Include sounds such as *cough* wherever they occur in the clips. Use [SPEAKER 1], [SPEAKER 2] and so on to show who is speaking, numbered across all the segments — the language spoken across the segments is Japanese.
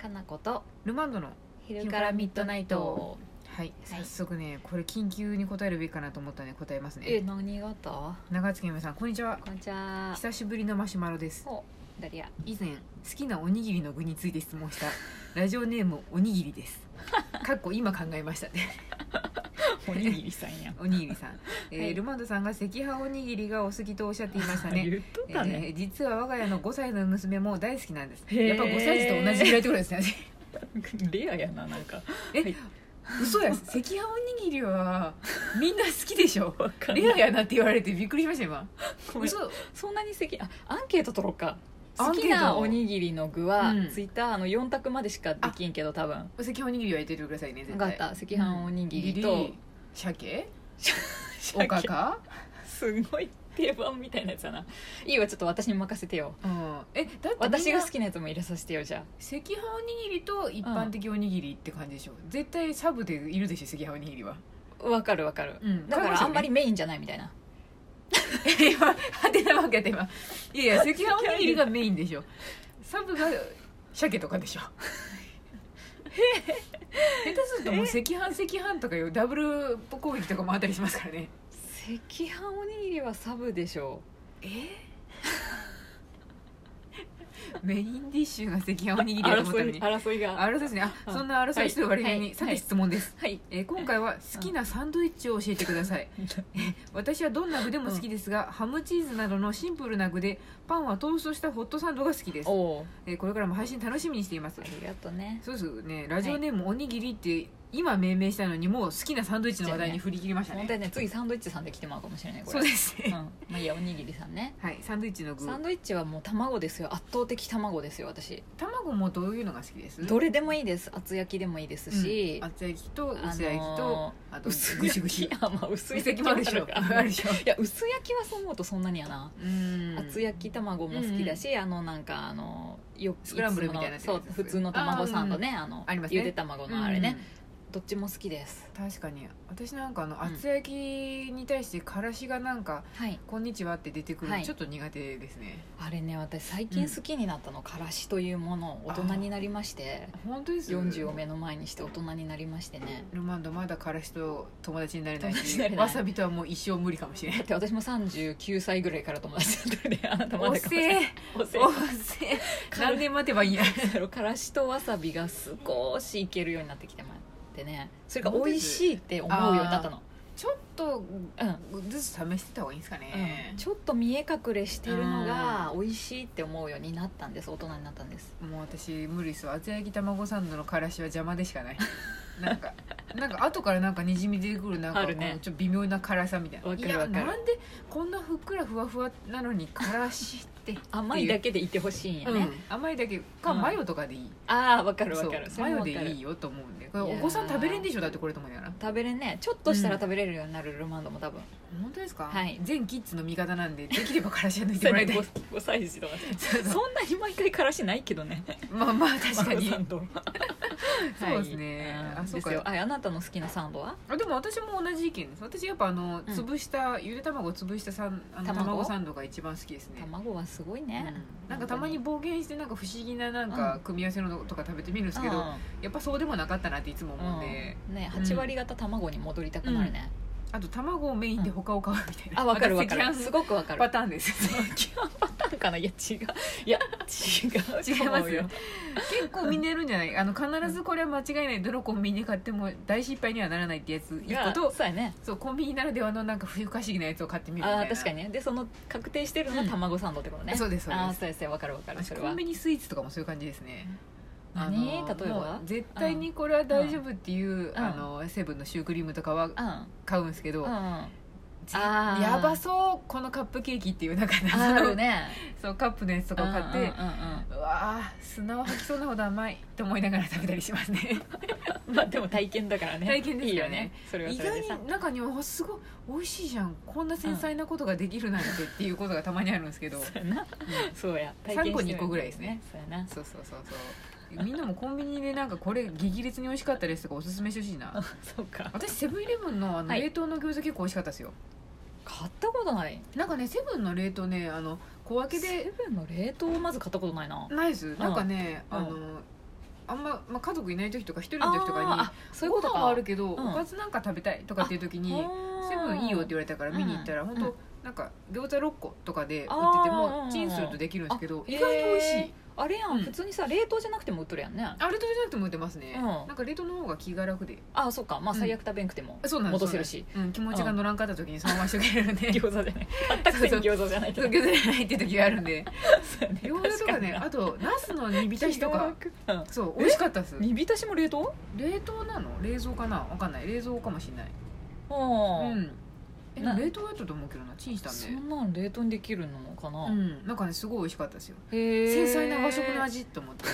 [SPEAKER 1] かなこと
[SPEAKER 2] ルマンドの
[SPEAKER 1] 昼からミッドナイト
[SPEAKER 2] はい早速ねこれ緊急に答えるべきかなと思ったので答えます
[SPEAKER 1] え
[SPEAKER 2] ね
[SPEAKER 1] 何があったこ
[SPEAKER 2] 長月めさんこんにちは
[SPEAKER 1] んにちは
[SPEAKER 2] 久しぶりのマシュマロです
[SPEAKER 1] おダリア
[SPEAKER 2] 以前好きなおにぎりの具について質問
[SPEAKER 1] *laughs*
[SPEAKER 2] したラジオネームおにぎりですかっこ今考え
[SPEAKER 1] *laughs*
[SPEAKER 2] ましたね
[SPEAKER 1] おにぎりさ *laughs* んや
[SPEAKER 2] おにぎりさん、えー
[SPEAKER 1] はい
[SPEAKER 2] ルマンドさんが赤飯おにぎりがお好きとおっしゃっていましたね
[SPEAKER 1] 言っとっ
[SPEAKER 2] え
[SPEAKER 1] た
[SPEAKER 2] ー
[SPEAKER 1] ね、
[SPEAKER 2] 実は我が家の5歳の娘も大好きなんです
[SPEAKER 1] へー
[SPEAKER 2] やっぱ5歳児と同じぐらいってことですね
[SPEAKER 1] *laughs* レアやななんか
[SPEAKER 2] 嘘や赤飯おにぎりはみんな好きでしょ
[SPEAKER 1] わかんない
[SPEAKER 2] レアやなって言われてびっくりしました今
[SPEAKER 1] ごめん
[SPEAKER 2] 嘘
[SPEAKER 1] そんなに好きあアンケート取ろうか
[SPEAKER 2] ア
[SPEAKER 1] 好
[SPEAKER 2] ンケート
[SPEAKER 1] きなおにぎりの具は、
[SPEAKER 2] うん
[SPEAKER 1] ツイッターの4択までしかできんけど多分
[SPEAKER 2] 赤飯おにぎりは入れててくださいね
[SPEAKER 1] 分
[SPEAKER 2] 絶
[SPEAKER 1] か
[SPEAKER 2] 対
[SPEAKER 1] った赤飯おにぎりと
[SPEAKER 2] 鮭
[SPEAKER 1] シ
[SPEAKER 2] *laughs* お
[SPEAKER 1] ャ
[SPEAKER 2] か
[SPEAKER 1] ケ
[SPEAKER 2] か
[SPEAKER 1] すごい定番みたいなやつだないいわちょっと私に任せてよ
[SPEAKER 2] うんえだってみんな
[SPEAKER 1] 私が好きなやつも入れさせてよじゃ
[SPEAKER 2] 赤飯おにぎりと一般的おにぎりって感じでしょ、絶対サブでいるでしょ赤飯おにぎりは
[SPEAKER 1] あわかるわかる、
[SPEAKER 2] うん
[SPEAKER 1] だか
[SPEAKER 2] わ
[SPEAKER 1] ら
[SPEAKER 2] か
[SPEAKER 1] あ
[SPEAKER 2] り
[SPEAKER 1] んます
[SPEAKER 2] まよね
[SPEAKER 1] りメインじゃないみたいな
[SPEAKER 2] *laughs* 今はてなわけで今いや
[SPEAKER 1] *laughs*
[SPEAKER 2] いや赤飯おにぎりがメインでしょサブが鮭と
[SPEAKER 1] *laughs*
[SPEAKER 2] かでしょ下手するともう赤飯赤飯とかいうダブル攻撃とかもあったりしますからね
[SPEAKER 1] 赤飯おにぎりはサブでしょ
[SPEAKER 2] えメインディッシュが赤飯おにぎりだと思ったのに
[SPEAKER 1] 争いが
[SPEAKER 2] あれですねあ
[SPEAKER 1] あ
[SPEAKER 2] そんな争いしてる割合
[SPEAKER 1] は
[SPEAKER 2] に
[SPEAKER 1] い
[SPEAKER 2] さて質問です、
[SPEAKER 1] *laughs* はい
[SPEAKER 2] えー今回は好きなサンドイッチを教えてください、私はどんな具でも好きですが、ハムチーズなどのシンプルな具でパンはトーストしたホットサンドが好きです
[SPEAKER 1] お、お
[SPEAKER 2] えーこれからも配信楽しみにしています
[SPEAKER 1] ありがとうね
[SPEAKER 2] そうですねラジオネームおにぎりって今命名したのにもう好きなサンドイッチの話題に振り切りました
[SPEAKER 1] 本
[SPEAKER 2] ね
[SPEAKER 1] 当にね次サンドイッチさんで来てもらうかもしれないこれ
[SPEAKER 2] そうです
[SPEAKER 1] うん
[SPEAKER 2] ね、
[SPEAKER 1] まあいいやおにぎりさんね
[SPEAKER 2] はいサンドイッチの具
[SPEAKER 1] サンドイッチはもう卵ですよ圧倒的卵ですよ私
[SPEAKER 2] 卵もどういうのが好きです
[SPEAKER 1] どれでもいいです厚焼きでもいいですし、
[SPEAKER 2] うん厚焼きと
[SPEAKER 1] あのー
[SPEAKER 2] 薄焼きと、あとぐしぐし
[SPEAKER 1] *laughs* あまあ薄
[SPEAKER 2] 薄
[SPEAKER 1] い
[SPEAKER 2] 焼きもあるでしょ *laughs* あるでしょ
[SPEAKER 1] *laughs* いや薄焼きはそう思うとそんなにやな、
[SPEAKER 2] うん
[SPEAKER 1] 厚焼き卵も好きだし、あのなんかあのよ
[SPEAKER 2] スクランブルみたいなや
[SPEAKER 1] つ
[SPEAKER 2] つ
[SPEAKER 1] ものそう普通の卵サンドねあの
[SPEAKER 2] ありますね
[SPEAKER 1] ゆで卵のあれね、
[SPEAKER 2] うん
[SPEAKER 1] どっちも好きです
[SPEAKER 2] 確かに私なんかあの
[SPEAKER 1] ん
[SPEAKER 2] 厚焼きに対してからしがなんか
[SPEAKER 1] はい
[SPEAKER 2] 「こんにちは」って出てくる
[SPEAKER 1] は
[SPEAKER 2] の
[SPEAKER 1] い
[SPEAKER 2] ちょっと苦手ですね、
[SPEAKER 1] あれね私最近好きになったの、からしというものを大人になりまして
[SPEAKER 2] 本当です
[SPEAKER 1] 40を目の前にして大人になりましてね
[SPEAKER 2] ルマンドまだからしと友達になれない
[SPEAKER 1] 友達
[SPEAKER 2] し
[SPEAKER 1] になれない
[SPEAKER 2] わさびとはもう一生無理かもしれな
[SPEAKER 1] だっ
[SPEAKER 2] い
[SPEAKER 1] て私も39歳ぐらいから友達だったのであなたま
[SPEAKER 2] お
[SPEAKER 1] だかもしれない
[SPEAKER 2] せえ
[SPEAKER 1] お *laughs* せ
[SPEAKER 2] おせえ何年待てばいいんや
[SPEAKER 1] だろからしとわさびが少しいけるようになってきてまってねそれが美味しいって思うようになったの
[SPEAKER 2] ちょっと
[SPEAKER 1] うん、
[SPEAKER 2] ずつ試してた方がいいんですかね、
[SPEAKER 1] ちょっと見え隠れしてるのが美味しいって思うようになったんです大人になったんです
[SPEAKER 2] もう私無理ですわ厚焼き卵サンドのからしは邪魔でしかない
[SPEAKER 1] *laughs*
[SPEAKER 2] なんかなんか後からなんかにじみ出てくるなんか
[SPEAKER 1] あるね
[SPEAKER 2] このちょっと微妙な辛さみたいな
[SPEAKER 1] わかる
[SPEAKER 2] い
[SPEAKER 1] わ
[SPEAKER 2] や
[SPEAKER 1] かる
[SPEAKER 2] なんでこんなふっくらふわふわなのにからしって、
[SPEAKER 1] 甘いだけでいてほしいんや
[SPEAKER 2] う
[SPEAKER 1] ね、
[SPEAKER 2] ん、甘いだけか、
[SPEAKER 1] うん
[SPEAKER 2] マヨとかでいい
[SPEAKER 1] ああわかるわ
[SPEAKER 2] そう
[SPEAKER 1] かるそ
[SPEAKER 2] マ
[SPEAKER 1] れも
[SPEAKER 2] ヨ
[SPEAKER 1] わかる
[SPEAKER 2] でいいよと思うんでこれ
[SPEAKER 1] いや
[SPEAKER 2] お
[SPEAKER 1] ー
[SPEAKER 2] 子さん食べれんでしょだってこれと思いながら
[SPEAKER 1] 食べれんねちょっとしたら食べれるようになるルマンドも
[SPEAKER 2] *laughs*
[SPEAKER 1] 多分、
[SPEAKER 2] 本当ですか、
[SPEAKER 1] はい
[SPEAKER 2] 全キッズの味方なんでできればからしは抜い
[SPEAKER 1] そ
[SPEAKER 2] て
[SPEAKER 1] う
[SPEAKER 2] もら
[SPEAKER 1] ね
[SPEAKER 2] いたい
[SPEAKER 1] 5歳児とかね
[SPEAKER 2] そうそう
[SPEAKER 1] *laughs* そんなに毎回からしないけどね
[SPEAKER 2] *laughs* まあまあ確かに
[SPEAKER 1] マンド
[SPEAKER 2] そうですね
[SPEAKER 1] はい、
[SPEAKER 2] あそうか
[SPEAKER 1] ですよああなたの好きなサンドは
[SPEAKER 2] あでも私も同じ意見です私やっぱあの
[SPEAKER 1] うん
[SPEAKER 2] 潰した、ゆで卵を潰したさんあの
[SPEAKER 1] 卵
[SPEAKER 2] 卵サンドが一番好きですね、
[SPEAKER 1] 卵はすごいね、
[SPEAKER 2] うんなんかたまに冒険してなんか不思議ななんか
[SPEAKER 1] うん
[SPEAKER 2] 組み合わせのとか食べてみるんですけど、
[SPEAKER 1] うん
[SPEAKER 2] やっぱそうでもなかったなっていつも思うんで、
[SPEAKER 1] うんね
[SPEAKER 2] うん
[SPEAKER 1] 8割方卵に戻りたくなるね、
[SPEAKER 2] あと卵をメインで他を買うみたいな、
[SPEAKER 1] あ分かる分か
[SPEAKER 2] ま *laughs*
[SPEAKER 1] る
[SPEAKER 2] た
[SPEAKER 1] す
[SPEAKER 2] 赤飯
[SPEAKER 1] ごく分かる
[SPEAKER 2] パターンです
[SPEAKER 1] *laughs* パターンかないや違ういや違う
[SPEAKER 2] 違い
[SPEAKER 1] と
[SPEAKER 2] ま
[SPEAKER 1] 思
[SPEAKER 2] す
[SPEAKER 1] うよ
[SPEAKER 2] よ結構みんなやるんじゃないあの必ずこれは間違いないどのコンビニで買っても大失敗にはならないってやつ一個
[SPEAKER 1] が
[SPEAKER 2] と
[SPEAKER 1] そうやね
[SPEAKER 2] そうコンビニならではのなんか不可思議なやつを買ってみるみたいな
[SPEAKER 1] あー確かにねでその確定してるのが卵サンドってことね、
[SPEAKER 2] そうですそうです
[SPEAKER 1] ああそうやそうや分かる分かる
[SPEAKER 2] 私
[SPEAKER 1] それ
[SPEAKER 2] コ
[SPEAKER 1] は
[SPEAKER 2] ンビニスイーツとかもそういう感じですねあの
[SPEAKER 1] 何例え
[SPEAKER 2] も
[SPEAKER 1] ば
[SPEAKER 2] う絶対にこれは大丈夫っていう、
[SPEAKER 1] ん
[SPEAKER 2] あのセブンのシュークリームとかは
[SPEAKER 1] うんうん
[SPEAKER 2] 買うんですけど、
[SPEAKER 1] あ
[SPEAKER 2] じ
[SPEAKER 1] あー
[SPEAKER 2] やばそうこのカップケーキってい
[SPEAKER 1] *laughs*
[SPEAKER 2] う中でその
[SPEAKER 1] るね
[SPEAKER 2] そうカップのやつとかを買って、う
[SPEAKER 1] うんうんうん
[SPEAKER 2] わー砂を吐きそうなほど甘いと思いながら食べたりしま
[SPEAKER 1] *laughs*
[SPEAKER 2] すね
[SPEAKER 1] うんまあでも体験だからね
[SPEAKER 2] 体験です
[SPEAKER 1] いい
[SPEAKER 2] から
[SPEAKER 1] よ
[SPEAKER 2] ね
[SPEAKER 1] ねそれは
[SPEAKER 2] 意
[SPEAKER 1] それ
[SPEAKER 2] 外
[SPEAKER 1] でさ
[SPEAKER 2] に中にはすごい美味しいじゃんこんな繊細なことができるなんてっていうことがたまにあるんですけど、
[SPEAKER 1] そうやなそうや
[SPEAKER 2] 三個に一個ぐらいですね
[SPEAKER 1] そうやな
[SPEAKER 2] そうそうそうそうみんなもコンビニでなんかこれ激烈に美味しかったですとかおすすめしてほしいな
[SPEAKER 1] あそうか
[SPEAKER 2] 私セブンイレブンのあの
[SPEAKER 1] はい
[SPEAKER 2] 冷凍の餃子結構美味しかったですよ、
[SPEAKER 1] 買ったことない
[SPEAKER 2] なんかねセブンの冷凍ねあの小分けで
[SPEAKER 1] セブンの冷凍をまず買ったことないな
[SPEAKER 2] ないです
[SPEAKER 1] ん
[SPEAKER 2] なんかね、
[SPEAKER 1] うん
[SPEAKER 2] あのあんま、まあ、家族いない時とか一人の時とかに
[SPEAKER 1] あーそういうこ
[SPEAKER 2] ご
[SPEAKER 1] と
[SPEAKER 2] 飯
[SPEAKER 1] か
[SPEAKER 2] はあるけど、
[SPEAKER 1] うん
[SPEAKER 2] おかずなんか食べたいとかっていう時に「セブンいいよ」って言われたから見に行ったら、
[SPEAKER 1] うん
[SPEAKER 2] 本
[SPEAKER 1] うん
[SPEAKER 2] 当なんか餃子6個とかで売ってて
[SPEAKER 1] あ
[SPEAKER 2] も
[SPEAKER 1] ー
[SPEAKER 2] チンするとできるんですけど
[SPEAKER 1] あ
[SPEAKER 2] 意外に美味しい、
[SPEAKER 1] へーあれやん、
[SPEAKER 2] うん
[SPEAKER 1] 普通にさ冷凍じゃなくても売っとるやんね
[SPEAKER 2] あれとじゃなくても売ってますね、
[SPEAKER 1] うん
[SPEAKER 2] なんか冷凍の方が気が楽で
[SPEAKER 1] あそうかまあ
[SPEAKER 2] うん
[SPEAKER 1] 最悪食べんくても
[SPEAKER 2] そうなんです
[SPEAKER 1] 戻せるし
[SPEAKER 2] そうなんですうん、気持ちが乗らんかった時にそのまましてくれるん
[SPEAKER 1] *laughs*
[SPEAKER 2] で、
[SPEAKER 1] 餃子じゃないあったくせに餃子じゃないけ
[SPEAKER 2] そう
[SPEAKER 1] ど
[SPEAKER 2] 餃子じゃないって時があるんで
[SPEAKER 1] そうやね
[SPEAKER 2] 餃子とかね
[SPEAKER 1] 確
[SPEAKER 2] あとナスの煮
[SPEAKER 1] か
[SPEAKER 2] 浸
[SPEAKER 1] に
[SPEAKER 2] し *laughs* とか
[SPEAKER 1] うん
[SPEAKER 2] そう美味しかったです
[SPEAKER 1] 煮浸しも冷凍
[SPEAKER 2] 冷凍なの冷蔵かなわかんない冷蔵かもしんない
[SPEAKER 1] あ
[SPEAKER 2] う
[SPEAKER 1] あ
[SPEAKER 2] んえで
[SPEAKER 1] な
[SPEAKER 2] も冷凍やったと思うけどなチンしたんで
[SPEAKER 1] そんなん冷凍にできるのかな、
[SPEAKER 2] うんなんかねすごい美味しかったですよ
[SPEAKER 1] へえ
[SPEAKER 2] 繊細な和食の味と思って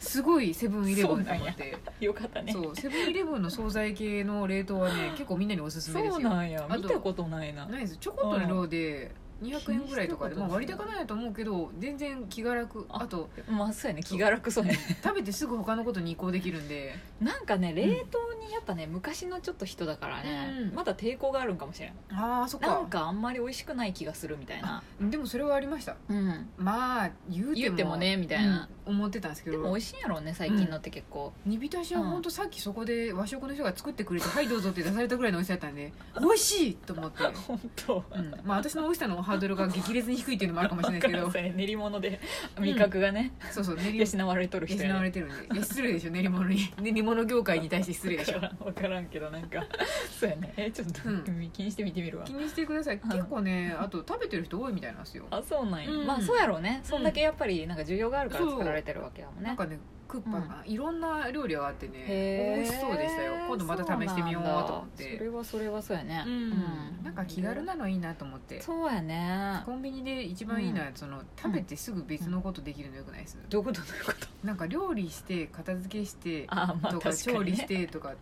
[SPEAKER 2] すごいセブンイレブンと思って
[SPEAKER 1] よかったね
[SPEAKER 2] そうセブンイレブンの惣菜系の冷凍は *laughs* ね結構みんなにおすすめです
[SPEAKER 1] そう
[SPEAKER 2] よ
[SPEAKER 1] なんや
[SPEAKER 2] あと
[SPEAKER 1] 見たことないな
[SPEAKER 2] ないですちょこっとの量で200円ぐらいとかで、
[SPEAKER 1] 気にしたことな
[SPEAKER 2] まあ、
[SPEAKER 1] い
[SPEAKER 2] 割高なんやと思うけど全然気が楽
[SPEAKER 1] あ
[SPEAKER 2] あと
[SPEAKER 1] まあそうやね気が楽そうやね
[SPEAKER 2] 食べてすぐ他のことに移行できるんで
[SPEAKER 1] なんかね冷凍にやっぱね昔のちょっと人だからね、
[SPEAKER 2] うん
[SPEAKER 1] まだ抵抗があるんかもしれん
[SPEAKER 2] ああそっか
[SPEAKER 1] なんかあんまり美味しくない気がするみたいな、
[SPEAKER 2] でもそれはありました
[SPEAKER 1] うん、
[SPEAKER 2] まあ言うても
[SPEAKER 1] 言ってもねみたいな、
[SPEAKER 2] うん思ってたんですけ
[SPEAKER 1] でも美
[SPEAKER 2] ど
[SPEAKER 1] 味しいんやろうね最近のって結構、
[SPEAKER 2] 煮浸しは本当さっきそこで和食の人が作ってくれて「はいどうぞ」って出されたぐらいの美味しさだった
[SPEAKER 1] *laughs*
[SPEAKER 2] んで美味しいと思って、
[SPEAKER 1] 本当
[SPEAKER 2] うんまあ、私の美味しさのハードルが激烈に低いっていうのもあるかもしれないですけ
[SPEAKER 1] *laughs*
[SPEAKER 2] ど
[SPEAKER 1] 練り物で味覚がね、
[SPEAKER 2] そうそう練り
[SPEAKER 1] 養われとる人
[SPEAKER 2] 養
[SPEAKER 1] や
[SPEAKER 2] わ
[SPEAKER 1] ね
[SPEAKER 2] れてるんでいや失礼でしょ練り物に
[SPEAKER 1] *laughs*
[SPEAKER 2] 練り物業界に対して失礼でしょ
[SPEAKER 1] わからんわからんけどなん
[SPEAKER 2] *laughs*
[SPEAKER 1] かそうやねえちょっと、
[SPEAKER 2] うん
[SPEAKER 1] 気にしてみてみるわ
[SPEAKER 2] *laughs* 気にしてください
[SPEAKER 1] うん
[SPEAKER 2] 結構ねあと食べてる人多いみたいなんですよ
[SPEAKER 1] あそうなんや、
[SPEAKER 2] うん
[SPEAKER 1] まあそうやろうねそんだけやっぱりなんか需要があるから
[SPEAKER 2] そう
[SPEAKER 1] 作られてるわけやもんね
[SPEAKER 2] なんかねクッパが、いろんな料理があってね
[SPEAKER 1] へー
[SPEAKER 2] 美味しそうでしたよ今度また試してみようと思っ
[SPEAKER 1] そうなんだそ
[SPEAKER 2] て
[SPEAKER 1] れはそれはそうやね
[SPEAKER 2] うん、なんか気軽なのいいなと思って
[SPEAKER 1] そうやね
[SPEAKER 2] コンビニで一番いいのはその食べてすぐ別のことできるのよくないです、
[SPEAKER 1] どういうことどういうこと
[SPEAKER 2] なんか料理して片付けして
[SPEAKER 1] あーまあ *laughs*
[SPEAKER 2] と
[SPEAKER 1] 確
[SPEAKER 2] か
[SPEAKER 1] かに、ね、
[SPEAKER 2] 調理してとか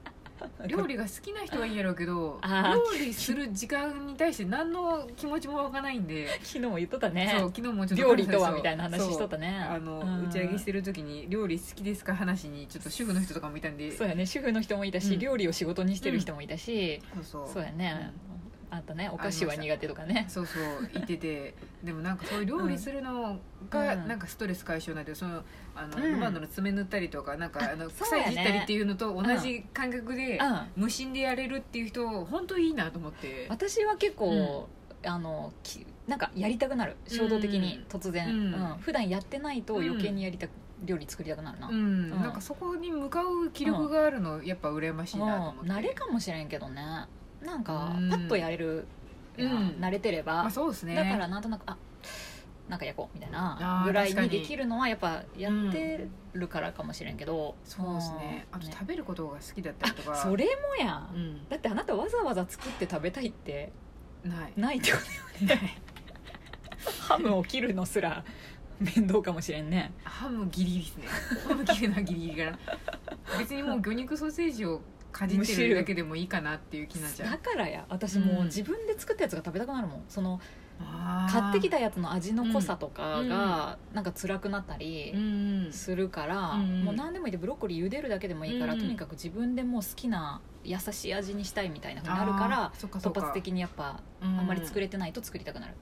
[SPEAKER 2] 料理が好きな人はいいんやろうけど
[SPEAKER 1] あー
[SPEAKER 2] 料理する時間に対して何の気持ちも湧かないんで、
[SPEAKER 1] 昨日も言っとったね
[SPEAKER 2] そう昨日もちょっと
[SPEAKER 1] 料理とはみたいな話しとったね
[SPEAKER 2] そうあの、
[SPEAKER 1] うん
[SPEAKER 2] 打ち上げしてる時に料理好きですか話にちょっと主婦の人とかもいたんで
[SPEAKER 1] そうやね主婦の人もいたし、
[SPEAKER 2] うん
[SPEAKER 1] 料理を仕事にしてる人もいたし、
[SPEAKER 2] そうそう
[SPEAKER 1] そうやね、あとねお菓子は苦手とかね
[SPEAKER 2] そうそういて
[SPEAKER 1] *laughs*
[SPEAKER 2] てでもなんかそういう料理するのが
[SPEAKER 1] うん
[SPEAKER 2] なんかストレス解消なんでそのあの、
[SPEAKER 1] うん
[SPEAKER 2] ルマンドの爪塗ったりとかなんかあの
[SPEAKER 1] そう
[SPEAKER 2] 草
[SPEAKER 1] やね
[SPEAKER 2] いじったりっていうのと同じ感覚で、
[SPEAKER 1] うん
[SPEAKER 2] 無心でやれるっていう人本当いいなと思って
[SPEAKER 1] 私は結構、あのきなんかやりたくなる衝動的に、
[SPEAKER 2] うん
[SPEAKER 1] 突然、う
[SPEAKER 2] うんん
[SPEAKER 1] 普段やってないと余計にやりたく、料理作りたくなるな、
[SPEAKER 2] うん、なんかそこに向かう気力があるのやっぱ羨ましいなと思っ
[SPEAKER 1] うん
[SPEAKER 2] て、
[SPEAKER 1] 慣れかもしれんけどねなんか、
[SPEAKER 2] うん
[SPEAKER 1] パッとやれる、
[SPEAKER 2] うん
[SPEAKER 1] 慣れてれば、
[SPEAKER 2] まあそうですね
[SPEAKER 1] だからなんとなくあなんか焼こうみたいな
[SPEAKER 2] あー
[SPEAKER 1] ぐらい
[SPEAKER 2] 確
[SPEAKER 1] に
[SPEAKER 2] か
[SPEAKER 1] で
[SPEAKER 2] に
[SPEAKER 1] きるのはやっぱやってるからかもしれんけど、
[SPEAKER 2] そうですねあと食べることが好きだったりとか
[SPEAKER 1] それもやん、
[SPEAKER 2] うん
[SPEAKER 1] だってあなたわざわざ作って食べたいって
[SPEAKER 2] ない
[SPEAKER 1] ないってことだよねハムを切るのすら面倒かもしれんね
[SPEAKER 2] ハムギリギリですねハム切るのはギリギリかな別にもう魚肉ソーセージをかじってるだけでもいいかなっていう気になっちゃ
[SPEAKER 1] だ
[SPEAKER 2] う
[SPEAKER 1] からや私もう
[SPEAKER 2] う
[SPEAKER 1] ん自分で作ったやつが食べたくなるもんその
[SPEAKER 2] あー
[SPEAKER 1] 買ってきたやつの味の濃さとかがなんか辛くなった
[SPEAKER 2] う
[SPEAKER 1] り
[SPEAKER 2] ん
[SPEAKER 1] するから、
[SPEAKER 2] うん
[SPEAKER 1] もう何でもいいでブロッコリー茹でるだけでもいいから、
[SPEAKER 2] うん
[SPEAKER 1] とにかく自分でもう好きな優しい味にしたいみたいなふうに
[SPEAKER 2] あ
[SPEAKER 1] なるから
[SPEAKER 2] ーそっかそっ
[SPEAKER 1] 突
[SPEAKER 2] か
[SPEAKER 1] 発的にやっぱ
[SPEAKER 2] あ
[SPEAKER 1] あんまり作
[SPEAKER 2] れ
[SPEAKER 1] れてないと作りたくなる、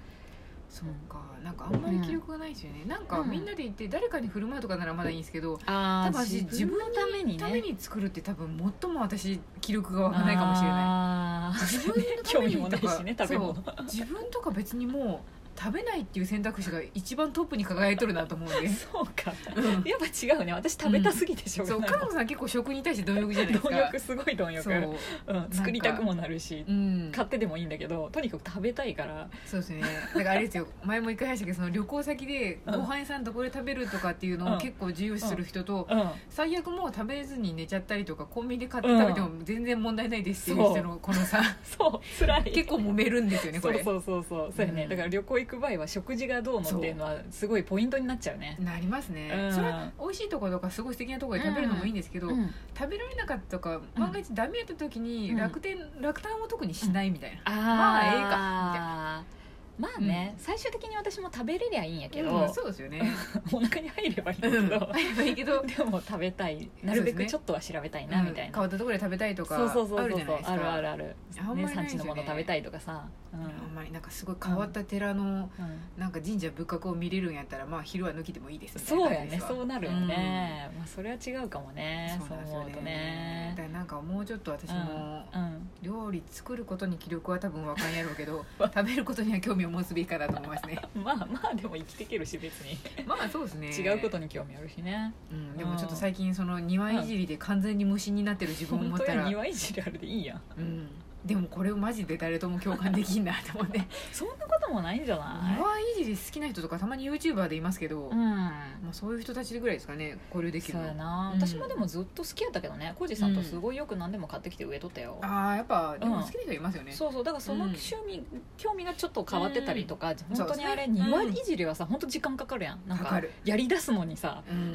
[SPEAKER 2] そうかなんかあんまり気力がないですよねなんか
[SPEAKER 1] うん
[SPEAKER 2] みんなで行って誰かに振る舞うとかならまだいいんですけど
[SPEAKER 1] あ
[SPEAKER 2] 多
[SPEAKER 1] あ
[SPEAKER 2] 分私自分のために
[SPEAKER 1] ね
[SPEAKER 2] ために作るって多分最も私気力が湧かないかもしれない
[SPEAKER 1] ない
[SPEAKER 2] 自分のた
[SPEAKER 1] 興
[SPEAKER 2] め
[SPEAKER 1] 味
[SPEAKER 2] に
[SPEAKER 1] もない
[SPEAKER 2] とか
[SPEAKER 1] しね食べ物
[SPEAKER 2] そう自分とか別にもう食べないっていう選択肢が一番トップに輝いとるなと思うんで
[SPEAKER 1] そうか
[SPEAKER 2] うん
[SPEAKER 1] やっぱ違うね私食べたすぎてしょう
[SPEAKER 2] そ
[SPEAKER 1] が
[SPEAKER 2] う
[SPEAKER 1] ない、
[SPEAKER 2] 加藤さん結構食に対して貪欲じゃないですか
[SPEAKER 1] 貪欲すごい貪欲
[SPEAKER 2] そう
[SPEAKER 1] う、ん、作りたくもなるし
[SPEAKER 2] うん
[SPEAKER 1] 買ってでもいいんだけどとにかく食べたいから
[SPEAKER 2] そうですねだからあれですよ前も一回話したけどその旅行先で
[SPEAKER 1] うん
[SPEAKER 2] ご飯屋さんどこで食べるとかっていうの
[SPEAKER 1] うん
[SPEAKER 2] を結構重要視する人と
[SPEAKER 1] うん
[SPEAKER 2] 最悪もう食べずに寝ちゃったりとかコンビニで買って食べても全然問題ないですっていう人のこの
[SPEAKER 1] *laughs*
[SPEAKER 2] さ
[SPEAKER 1] そう辛い
[SPEAKER 2] 結構揉めるんですよねこ
[SPEAKER 1] そう
[SPEAKER 2] れ
[SPEAKER 1] そうそうそうそうやね、
[SPEAKER 2] うん
[SPEAKER 1] だから旅行行く場合は食事がどうのっていうのはすごいポイントになっちゃうね
[SPEAKER 2] なりますね、
[SPEAKER 1] うん
[SPEAKER 2] それは美味しいところとかすごい素敵なところで食べるのもいいんですけど、
[SPEAKER 1] うん
[SPEAKER 2] 食べられなかったとか
[SPEAKER 1] うん
[SPEAKER 2] 万が一ダメやった時に
[SPEAKER 1] うん
[SPEAKER 2] 楽天、落胆を特にしないみたいな、
[SPEAKER 1] あー、
[SPEAKER 2] まあええかみたい
[SPEAKER 1] まあまあね、最終的に私も食べれりゃいいんやけど、
[SPEAKER 2] うんそうですよね
[SPEAKER 1] *laughs* お腹に入ればいいんだ
[SPEAKER 2] うん
[SPEAKER 1] け
[SPEAKER 2] *laughs*
[SPEAKER 1] ど、
[SPEAKER 2] 入ればいい
[SPEAKER 1] *laughs*
[SPEAKER 2] けど
[SPEAKER 1] でも食べたいなるべ
[SPEAKER 2] そうです
[SPEAKER 1] く
[SPEAKER 2] ね
[SPEAKER 1] ちょっとは調べたいなみたいな、
[SPEAKER 2] 変わったところで食べたいとか
[SPEAKER 1] そうそうそうそう
[SPEAKER 2] あるじゃないですか
[SPEAKER 1] あるあるある
[SPEAKER 2] あんまり
[SPEAKER 1] ね
[SPEAKER 2] ない
[SPEAKER 1] 産
[SPEAKER 2] で
[SPEAKER 1] 地
[SPEAKER 2] す
[SPEAKER 1] の
[SPEAKER 2] よね
[SPEAKER 1] もの食べたいとかさ、うん
[SPEAKER 2] あんまりなんかすごい変わった寺の
[SPEAKER 1] うん
[SPEAKER 2] なんか神社仏閣を見れるんやったらまあ昼は抜きでもいいですみたい
[SPEAKER 1] そう
[SPEAKER 2] な
[SPEAKER 1] や
[SPEAKER 2] 感じで
[SPEAKER 1] ね
[SPEAKER 2] すわ
[SPEAKER 1] そうなるよね、まあそれは違うかも
[SPEAKER 2] うん
[SPEAKER 1] ね
[SPEAKER 2] そ
[SPEAKER 1] そうう
[SPEAKER 2] なんですよ
[SPEAKER 1] 思うと
[SPEAKER 2] ね
[SPEAKER 1] ね
[SPEAKER 2] だからなんかもうちょっと私も
[SPEAKER 1] うんうん
[SPEAKER 2] 料理作ることに気力は多分わかんやろう
[SPEAKER 1] *laughs*
[SPEAKER 2] けど食べることには興味を持つべきかだと思いますね
[SPEAKER 1] まあまあでも生きていけるし別に
[SPEAKER 2] まあそうですね
[SPEAKER 1] 違うことに興味あるしね
[SPEAKER 2] うん、でもちょっと最近その庭いじりで完全に虫になってる自分を
[SPEAKER 1] 本
[SPEAKER 2] 思っ
[SPEAKER 1] 当
[SPEAKER 2] た
[SPEAKER 1] や
[SPEAKER 2] ら、
[SPEAKER 1] 庭いじりあるでいいやん
[SPEAKER 2] うん、でもこれをマジで誰とも共感できんなと思って
[SPEAKER 1] そんなこともないんじゃない
[SPEAKER 2] 庭いじり好きな人とかたまに YouTuber でいますけど、
[SPEAKER 1] うん
[SPEAKER 2] まあ、そういう人たちぐらいですかね交流できる
[SPEAKER 1] そう
[SPEAKER 2] の
[SPEAKER 1] やな、
[SPEAKER 2] うん
[SPEAKER 1] 私もでもずっと好きやったけどねコージさんとすごいよく何でも買ってきて植えとったよ、
[SPEAKER 2] あーやっぱで
[SPEAKER 1] う
[SPEAKER 2] も
[SPEAKER 1] ん
[SPEAKER 2] 好きな人いますよね、
[SPEAKER 1] そうそうだからその趣味、興味がちょっと変わってたりとか、本当にあれ
[SPEAKER 2] そうですね
[SPEAKER 1] 庭いじりはさ本当時間かかるやんなん
[SPEAKER 2] かか
[SPEAKER 1] か
[SPEAKER 2] る
[SPEAKER 1] やりだすのにさ *laughs*
[SPEAKER 2] うん、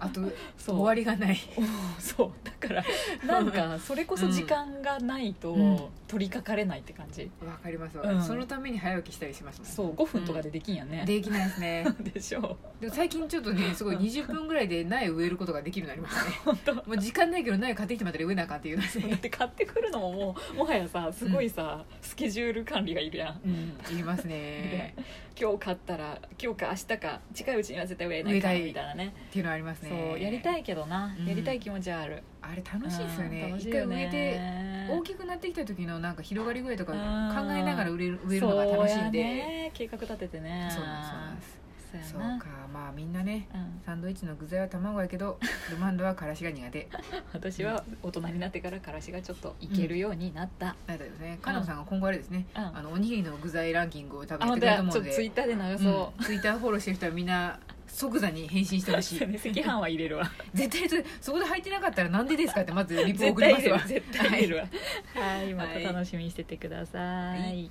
[SPEAKER 2] あと
[SPEAKER 1] そ
[SPEAKER 2] 終
[SPEAKER 1] う
[SPEAKER 2] わりがない
[SPEAKER 1] お *laughs* そうだからなんかそれこそ時間がないと
[SPEAKER 2] うん
[SPEAKER 1] 取りかかれないって感じ、
[SPEAKER 2] わかりますわかる、
[SPEAKER 1] うん
[SPEAKER 2] そのために早起きしたりしますもん
[SPEAKER 1] そう5分とかでできんやね、
[SPEAKER 2] できないで
[SPEAKER 1] *laughs*
[SPEAKER 2] すね
[SPEAKER 1] でしょ
[SPEAKER 2] でも最近ちょっとねすごい
[SPEAKER 1] うん
[SPEAKER 2] 20分ぐらいで苗植えることができるようになりましたねもう時間ないけど苗買ってきてまたら植えなあかんっていうの
[SPEAKER 1] だって買ってくるのももうもはやさすごいさ、スケジュール管理がいるやん
[SPEAKER 2] うん、いりますね
[SPEAKER 1] 今日買ったら今日か明日か近いうちには絶対植えないから
[SPEAKER 2] 植えたい
[SPEAKER 1] みたいなね
[SPEAKER 2] っていうのありますね
[SPEAKER 1] そうやりたいけどな、
[SPEAKER 2] うん
[SPEAKER 1] やりたい気持ちはある
[SPEAKER 2] あれ楽しいですよね,、
[SPEAKER 1] うん楽し
[SPEAKER 2] 一
[SPEAKER 1] い
[SPEAKER 2] 回
[SPEAKER 1] よ
[SPEAKER 2] 植えて
[SPEAKER 1] ね
[SPEAKER 2] 大きくなってきた時のなんか広がり具合とか
[SPEAKER 1] うん
[SPEAKER 2] 考えながら植える植えるのが楽しいんで
[SPEAKER 1] そうやね計画立ててね
[SPEAKER 2] そうなんです
[SPEAKER 1] そうや
[SPEAKER 2] そうな
[SPEAKER 1] な
[SPEAKER 2] んですそうかまあみんなね
[SPEAKER 1] うん、
[SPEAKER 2] サンドイッチの具材は卵や
[SPEAKER 1] *laughs*
[SPEAKER 2] けどルマンドはからしが苦手
[SPEAKER 1] 私は大人になってからからしがちょっといけるようになった、
[SPEAKER 2] なんだよねかなこさんが今後あれですね、
[SPEAKER 1] うん
[SPEAKER 2] あのおにぎりの具材ランキングを多分
[SPEAKER 1] あ
[SPEAKER 2] やっ
[SPEAKER 1] ま
[SPEAKER 2] てく
[SPEAKER 1] たちょっと
[SPEAKER 2] れると思うので
[SPEAKER 1] ツイッターで流 *laughs* そ
[SPEAKER 2] うんツイッターフォローしてる人はみんな即座に返信してほし
[SPEAKER 1] *laughs* う、
[SPEAKER 2] い
[SPEAKER 1] 赤飯は入れるわ
[SPEAKER 2] 絶対それそこで入ってなかったらなんでですかってまずリプ
[SPEAKER 1] 絶
[SPEAKER 2] を送り
[SPEAKER 1] 対入れ
[SPEAKER 2] ます
[SPEAKER 1] る
[SPEAKER 2] わ
[SPEAKER 1] *laughs* 絶対入れるわはいまた
[SPEAKER 2] はい
[SPEAKER 1] 楽しみにしててくださ
[SPEAKER 2] はいい